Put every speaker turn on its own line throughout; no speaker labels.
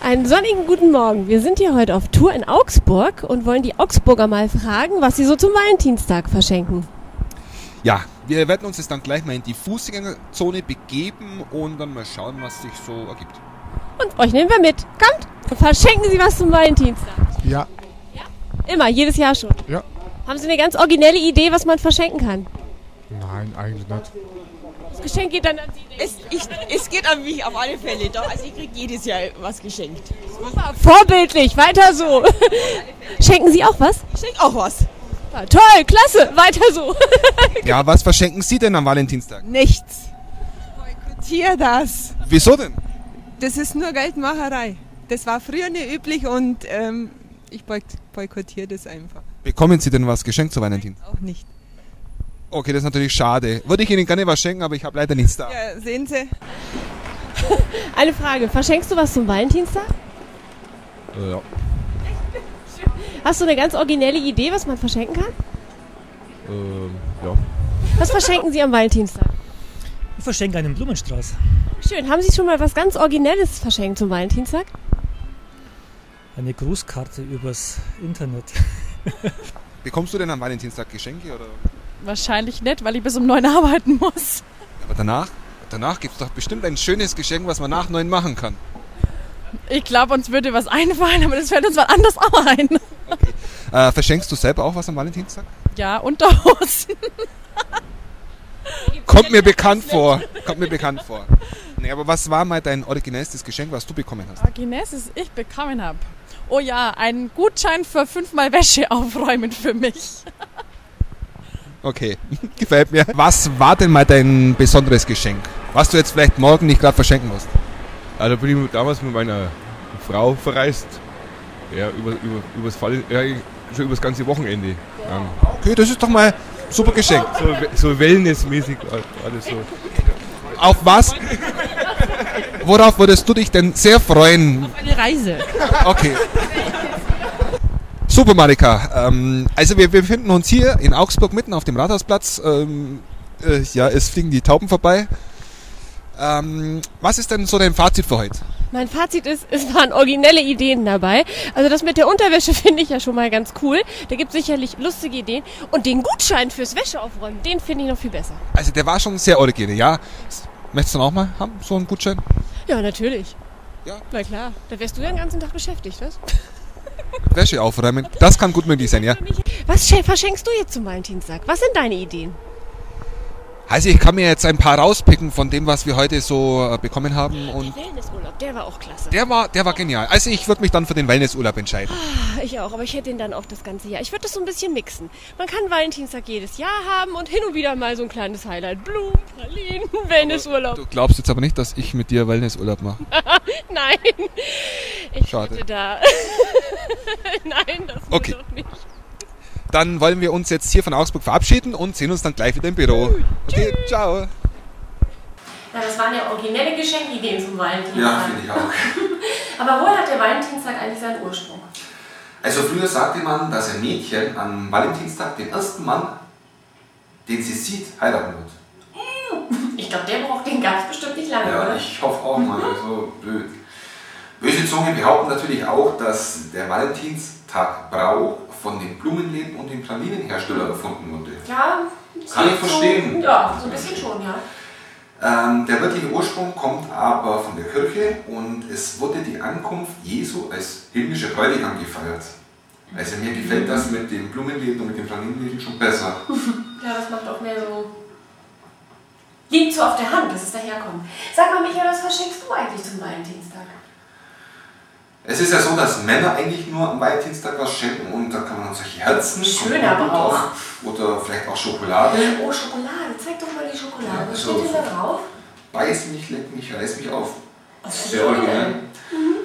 Einen sonnigen guten Morgen. Wir sind hier heute auf Tour in Augsburg und wollen die Augsburger mal fragen, was sie so zum Valentinstag verschenken.
Ja, wir werden uns jetzt dann gleich mal in die Fußgängerzone begeben und dann mal schauen, was sich so ergibt.
Und euch nehmen wir mit. Kommt und verschenken Sie was zum Valentinstag.
Ja,
Immer, jedes Jahr schon.
ja.
Haben Sie eine ganz originelle Idee, was man verschenken kann?
Nein, eigentlich nicht.
Das Geschenk geht dann an Sie.
Es, ich, es geht an mich auf alle Fälle. Doch, also ich kriege jedes Jahr was geschenkt.
Super, vorbildlich, weiter so. Schenken Sie auch was?
Ich schenke auch was.
Ja, toll, klasse, weiter so.
Ja, was verschenken Sie denn am Valentinstag?
Nichts. Boykottier das.
Wieso denn?
Das ist nur Geldmacherei. Das war früher nicht üblich und ähm, ich boyk boykottiere das einfach.
Bekommen Sie denn was geschenkt zu Valentin?
Auch nicht.
Okay, das ist natürlich schade. Würde ich Ihnen gerne was schenken, aber ich habe leider nichts da.
Ja, sehen Sie,
Eine Frage, verschenkst du was zum Valentinstag?
Äh, Ja.
Hast du eine ganz originelle Idee, was man verschenken kann?
Ähm, ja.
Was verschenken Sie am Valentinstag?
Ich verschenke einen Blumenstrauß.
Schön, haben Sie schon mal was ganz Originelles verschenkt zum Valentinstag?
Eine Grußkarte übers Internet.
Bekommst du denn am Valentinstag Geschenke oder?
Wahrscheinlich nicht, weil ich bis um neun arbeiten muss.
Aber danach? Danach gibt es doch bestimmt ein schönes Geschenk, was man nach neun machen kann.
Ich glaube, uns würde was einfallen, aber das fällt uns mal anders auch ein.
Äh, verschenkst du selber auch was am Valentinstag?
Ja, Unterhosen.
Kommt mir bekannt vor. Kommt mir bekannt vor. Nee, aber was war mal dein originellstes Geschenk, was du bekommen hast?
Genesis, ich bekommen habe. Oh ja, einen Gutschein für fünfmal Wäsche aufräumen für mich.
Okay, gefällt mir. Was war denn mal dein besonderes Geschenk? Was du jetzt vielleicht morgen nicht gerade verschenken musst?
Ja, da Also bin ich damals mit meiner Frau verreist. Ja, über, über, übers Fall, ja, eigentlich schon übers ganze Wochenende. Ja.
Okay, das ist doch mal super Geschenk.
So, we- so wellnessmäßig alles so.
Auf was? Worauf würdest du dich denn sehr freuen?
Eine Reise.
Okay. Super, Marika. Ähm, also wir befinden uns hier in Augsburg mitten auf dem Rathausplatz. Ähm, äh, ja, es fliegen die Tauben vorbei. Ähm, was ist denn so dein Fazit für heute?
Mein Fazit ist, es waren originelle Ideen dabei. Also das mit der Unterwäsche finde ich ja schon mal ganz cool. Da gibt es sicherlich lustige Ideen. Und den Gutschein fürs Wäscheaufräumen, den finde ich noch viel besser.
Also der war schon sehr originell, ja. Möchtest du dann auch mal haben, so einen Gutschein?
Ja, natürlich.
Ja.
Na klar, da wärst du ja den ganzen Tag beschäftigt, was?
Wäsche aufräumen, das kann gut möglich sein, ja.
Was schen- verschenkst du jetzt zum Valentinstag? Was sind deine Ideen?
Also ich kann mir jetzt ein paar rauspicken von dem, was wir heute so äh, bekommen haben und
Wellnessurlaub, der war auch klasse.
der war, der war genial. Also ich würde mich dann für den Wellnessurlaub entscheiden.
Ich auch, aber ich hätte ihn dann auch das ganze Jahr. Ich würde das so ein bisschen mixen. Man kann Valentinstag jedes Jahr haben und hin und wieder mal so ein kleines Highlight. Blumen, Pralinen, Wellnessurlaub.
Du glaubst jetzt aber nicht, dass ich mit dir Wellnessurlaub mache.
Nein. Ich
Schade.
hätte da. Nein, das wird
Okay.
doch nicht.
Dann wollen wir uns jetzt hier von Augsburg verabschieden und sehen uns dann gleich wieder im Büro. Okay, ciao.
Na, das waren ja originelle Geschenkideen zum Valentinstag.
ich auch.
Aber woher hat der Valentinstag eigentlich seinen Ursprung?
Also früher sagte man, dass ein Mädchen am Valentinstag den ersten Mann, den sie sieht, heiraten wird.
Ich glaube, der Brauch, den gab es bestimmt nicht lange,
Ja, ich hoffe auch
Mhm.
mal, so blöd. Böse Zungen behaupten natürlich auch, dass der Valentinstag Brau von den Blumenläden und den Pralinenherstellern erfunden wurde.
Mhm. Ja,
Kann ich verstehen.
Ja, so ein bisschen schon, ja.
Ähm, der wirkliche Ursprung kommt aber von der Kirche und es wurde die Ankunft Jesu als himmlischer Bräutigam gefeiert. Also mir gefällt
Mhm.
das mit den Blumenläden und mit den Pralinenläden schon besser.
Ja, das macht auch mehr so. Liegt so auf der Hand, dass es daherkommt. Sag mal, Michael, was verschenkst du eigentlich zum Valentinstag?
Es ist ja so, dass Männer eigentlich nur am Valentinstag was schenken und da kann man solche Herzen
Schön, aber auch.
oder vielleicht auch Schokolade.
Oh, Schokolade. Zeig doch mal die Schokolade.
Ja,
Was
so-
steht denn da drauf?
Beiß mich, leck mich, reiß mich auf.
ist
Sehr originell.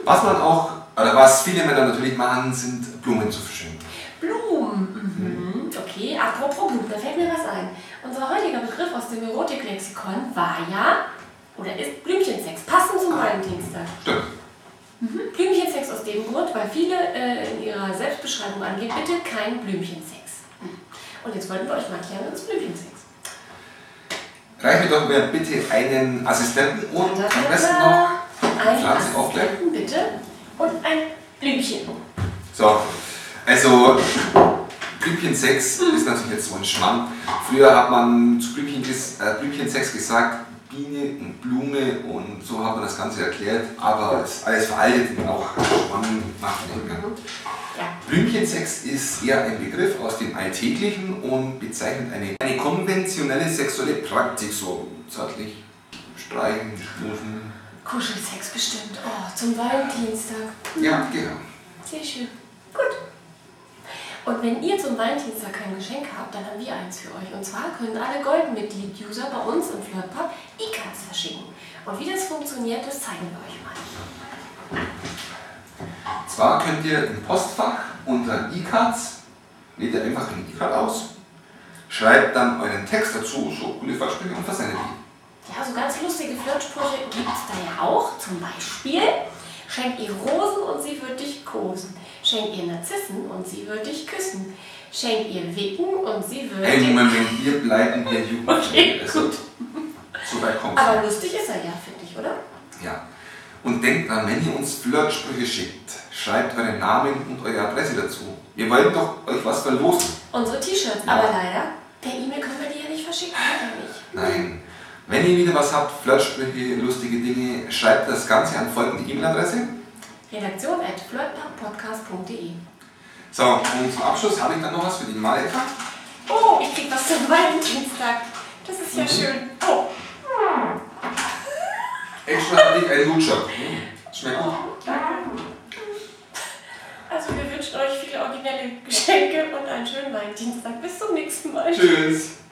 Was man auch, oder was viele Männer natürlich machen, sind Blumen zu verschenken.
Blumen. Mhm. Okay, apropos Blumen, da fällt mir was ein. Unser heutiger Begriff aus dem Erotiklexikon war ja, oder ist Blümchensex, passend zum Valentinstag.
Ah. Stimmt.
Blümchensex aus dem Grund, weil viele äh, in ihrer Selbstbeschreibung angeben, bitte kein Blümchensex. Und jetzt wollten wir euch mal klären, was Blümchensex.
Reich mir doch mal bitte einen Assistenten und am besten noch
Ein
Pflanzen auch gleich.
Assistenten bitte.
und ein Blümchen.
So, also Blümchen 6 ist natürlich jetzt so ein Schmarrn. Früher hat man zu Blümchen, ges- äh, Blümchen 6 gesagt, Biene und Blume und so hat man das Ganze erklärt, aber es ist alles veraltet und auch Schmarrn macht nicht mehr.
Ja.
Blümchensex ist eher ein Begriff aus dem Alltäglichen und bezeichnet eine, eine konventionelle sexuelle Praktik, so zärtlich streichen, schmusen.
Kuschelsex bestimmt. Oh, zum Valentinstag.
Ja, genau.
Sehr schön. Gut. Und wenn ihr zum Valentinstag kein Geschenk habt, dann haben wir eins für euch. Und zwar können alle Goldmitglied-User bei uns im Flirtpub E-Cards verschicken. Und wie das funktioniert, das zeigen wir euch mal.
Zwar könnt ihr im Postfach unter E-Cards, wählt ihr einfach ein E-Card aus, schreibt dann euren Text dazu, so coole Versprüche und versendet die.
Ja, so ganz lustige Flirtsprüche gibt es da ja auch. Zum Beispiel, schenk ihr Rosen und sie wird dich kosen. Schenk ihr Narzissen und sie wird dich küssen. Schenk ihr Wicken und sie wird
Hey,
dich...
Moment, wenn wir bleiben der Jugend.
Okay,
also,
gut.
so weit kommt's.
Aber lustig ist er ja, finde ich, oder?
Ja. Und denkt dran, wenn ihr uns Flirtsprüche schickt, schreibt euren Namen und eure Adresse dazu. Wir wollen doch euch was verlosen.
Unsere T-Shirts, aber leider, per E-Mail können wir die ja nicht verschicken, oder nicht?
Nein. Wenn ihr wieder was habt, Flirtsprüche, lustige Dinge, schreibt das Ganze an folgende E-Mail-Adresse.
Redaktion at flirtpubpodcast.de
So, und zum Abschluss habe ich dann noch was für die Malika.
Oh, ich krieg was zum Valentinstag. Das ist ja schön. Oh,
Extra habe ich einen Lutscher. Schmeckt gut.
also wir wünschen euch viele originelle Geschenke und einen schönen Valentinstag. Bis zum nächsten Mal.
Tschüss.